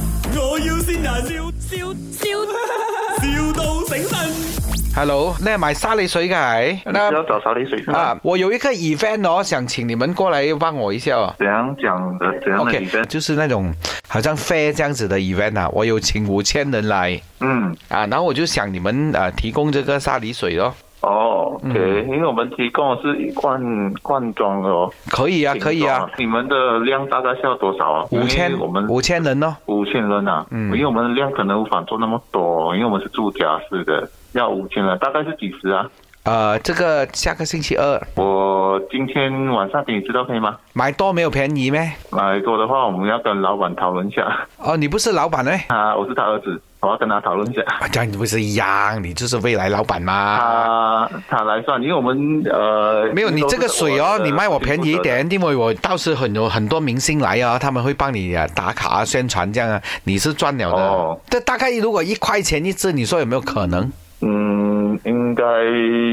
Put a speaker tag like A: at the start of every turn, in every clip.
A: 要先人，笑笑笑，,笑到醒神。
B: Hello，那买沙梨水的，那
C: 是要找少理水
B: 啊
C: 啊？，
B: 我有一个 event 哦，想请你们过来帮我一下哦。
C: 怎样讲的？怎样的
B: OK，
C: 理论？
B: 就是那种好像 fair 这样子的 event 啊，我有请五千人来
C: 嗯，
B: 啊，然后我就想你们啊、呃提供这个沙梨水咯，
C: 哦，OK，因为
B: 嗯
C: 我们提供的是一罐罐装的哦。
B: 可以啊，可以啊，，
C: 你们的量大概需要多少啊？
B: 五
C: 因
B: 千
C: 为我们
B: 五千人咯，
C: 五千人啊，
B: 嗯
C: 因为我们的量可能无法做那么多，啊因为我们是住家式的，要五千人，大概是几时啊？
B: 呃，这个下个星期二
C: 我今天晚上给你知道可以吗？
B: 买多没有便宜咩？
C: 买多的话，我们要跟老板讨论一下。
B: 哦，你不是老板呢？
C: 啊，我是他儿子，我要跟他讨论一下。
B: 啊这样你不是一样，你就是未来老板嘛。
C: 他他来算，因为我们呃
B: 啊没有，你这个水哦，你卖我便宜一。
C: 都是的
B: 点，因为我到时很有很多明星来啊，他们会帮你啊打卡啊、宣传这样啊，你是赚了的。
C: 哦
B: 这大概如果一块钱一支，你说有没有可能？
C: 嗯，应该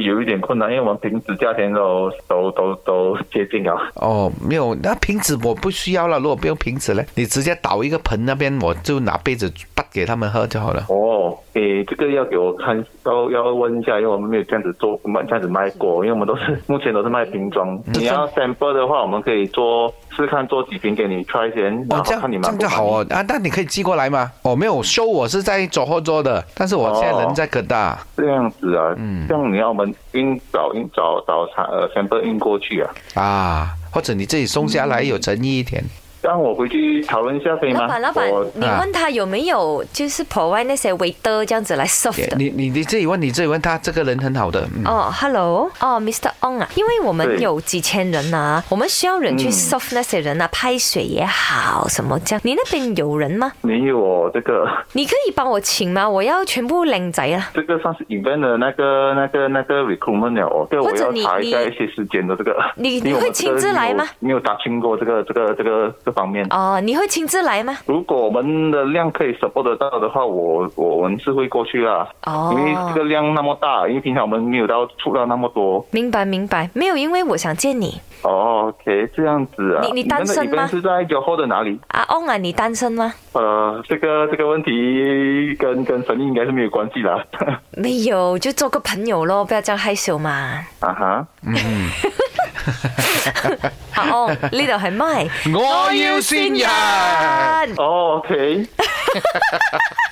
C: 有一点困难，因为我们平时价钱都都都都接近了。
B: 哦，没有，那瓶子我不需要了。如果不用瓶子呢，你直接倒一个盆那边，我就拿杯子bắt 给他们喝就好了。
C: 哦，诶，这个要给我看，要要问一下，因为我们没有这样子做，卖这样子卖过，因为我们都是目前都是卖瓶装。
B: 嗯
C: 你要 sample 的话，我们可以做试看做几瓶给你 try 先，
B: 哦
C: 然后，
B: 这样
C: 看你
B: 这
C: 满
B: 样
C: 不
B: 就
C: 满
B: 好
C: 意。
B: 哦。啊，那你可以寄过来吗？哦，没有，show 我是在左后桌的，但是我现在人在哥大。
C: 这样子啊，
B: 嗯
C: 这样你要我们运找运找找厂呃 sample 运过去啊，
B: 啊，或者你自己送下
C: 嗯
B: 来有诚意一点。
C: 让我回去讨论一下可以吗？
D: 老板，老板
C: 我，
D: 你
B: 啊
D: 问他有没有就是 provide 那些 waiter 这样子来 serve 的？
B: 你你你自己问，你自己问他，这个人很好的。嗯
D: 哦，Hello，哦，Mr. On 啊，因为我们
C: 对
D: 有几千人啊，我们需要人去
C: 嗯
D: serve 那些人啊，拍水也好，什么这样。你那边有人吗？
C: 没有哦，这个
D: 你可以帮我请吗？我要全部靓仔啊！
C: 这个算是 event 的那个那个那个 recruitment 了哦，这个
D: 或
C: 我
D: 者
C: 要
D: 你
C: 查一下
D: 你
C: 一些时间的这个。
D: 你
C: 因为
D: 你
C: 我
D: 会
C: 们这个
D: 亲自来
C: 没有
D: 吗？
C: 没有打听过这个这个这个这方面。
D: 哦，你会亲自来吗？
C: 如果我们的量可以 support 得到的话，我我我们是会过去啦。
D: 哦
C: 因为这个量那么大，因为平常我们没有到出到那么多。
D: 明白明白，没有，因为我想见你
C: 哦，OK，这样子啊。
D: 你你单身吗
C: 你们的 event 是在 Johor 的哪里？
D: 啊。On 啊，你单身吗？
C: 呃，这个这个问题跟跟生意应该是没有关系啦。
D: 没有，就做个朋友咯，不要这样害羞嘛。
C: 啊哈。
D: 阿 On 啊呢度係咪？
B: 我要先人。
C: 哦，OK。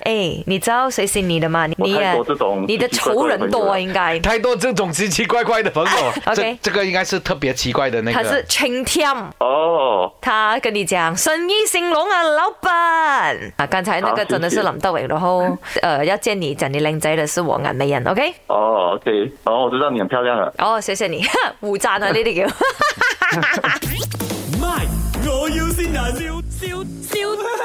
D: 哎，你知道谁是你的吗？
C: 我
D: 你
C: 太
D: 啊
C: 多这种，
D: 你的
C: 奇奇怪怪
D: 仇
C: 的
D: 人多啊，
C: 朋友了
D: 应该。
B: 太多这种奇奇怪怪的朋 友
D: 啊 OK
B: 这这个应该是特别奇怪的那
D: 他
B: 个
D: 是。晴天，
C: 哦。
D: 他跟你讲生意兴隆啊，老板啊！刚才那
C: 好
D: 个真的是
C: 谢谢
D: 林德伟，然后呃要见你讲你靓仔的是我眼美人，OK？
C: 哦，OK，哦，我知道你很漂亮了。
D: 哦，谢谢你，互赞啊呢啲叫。
A: 卖，我要先人，笑笑笑，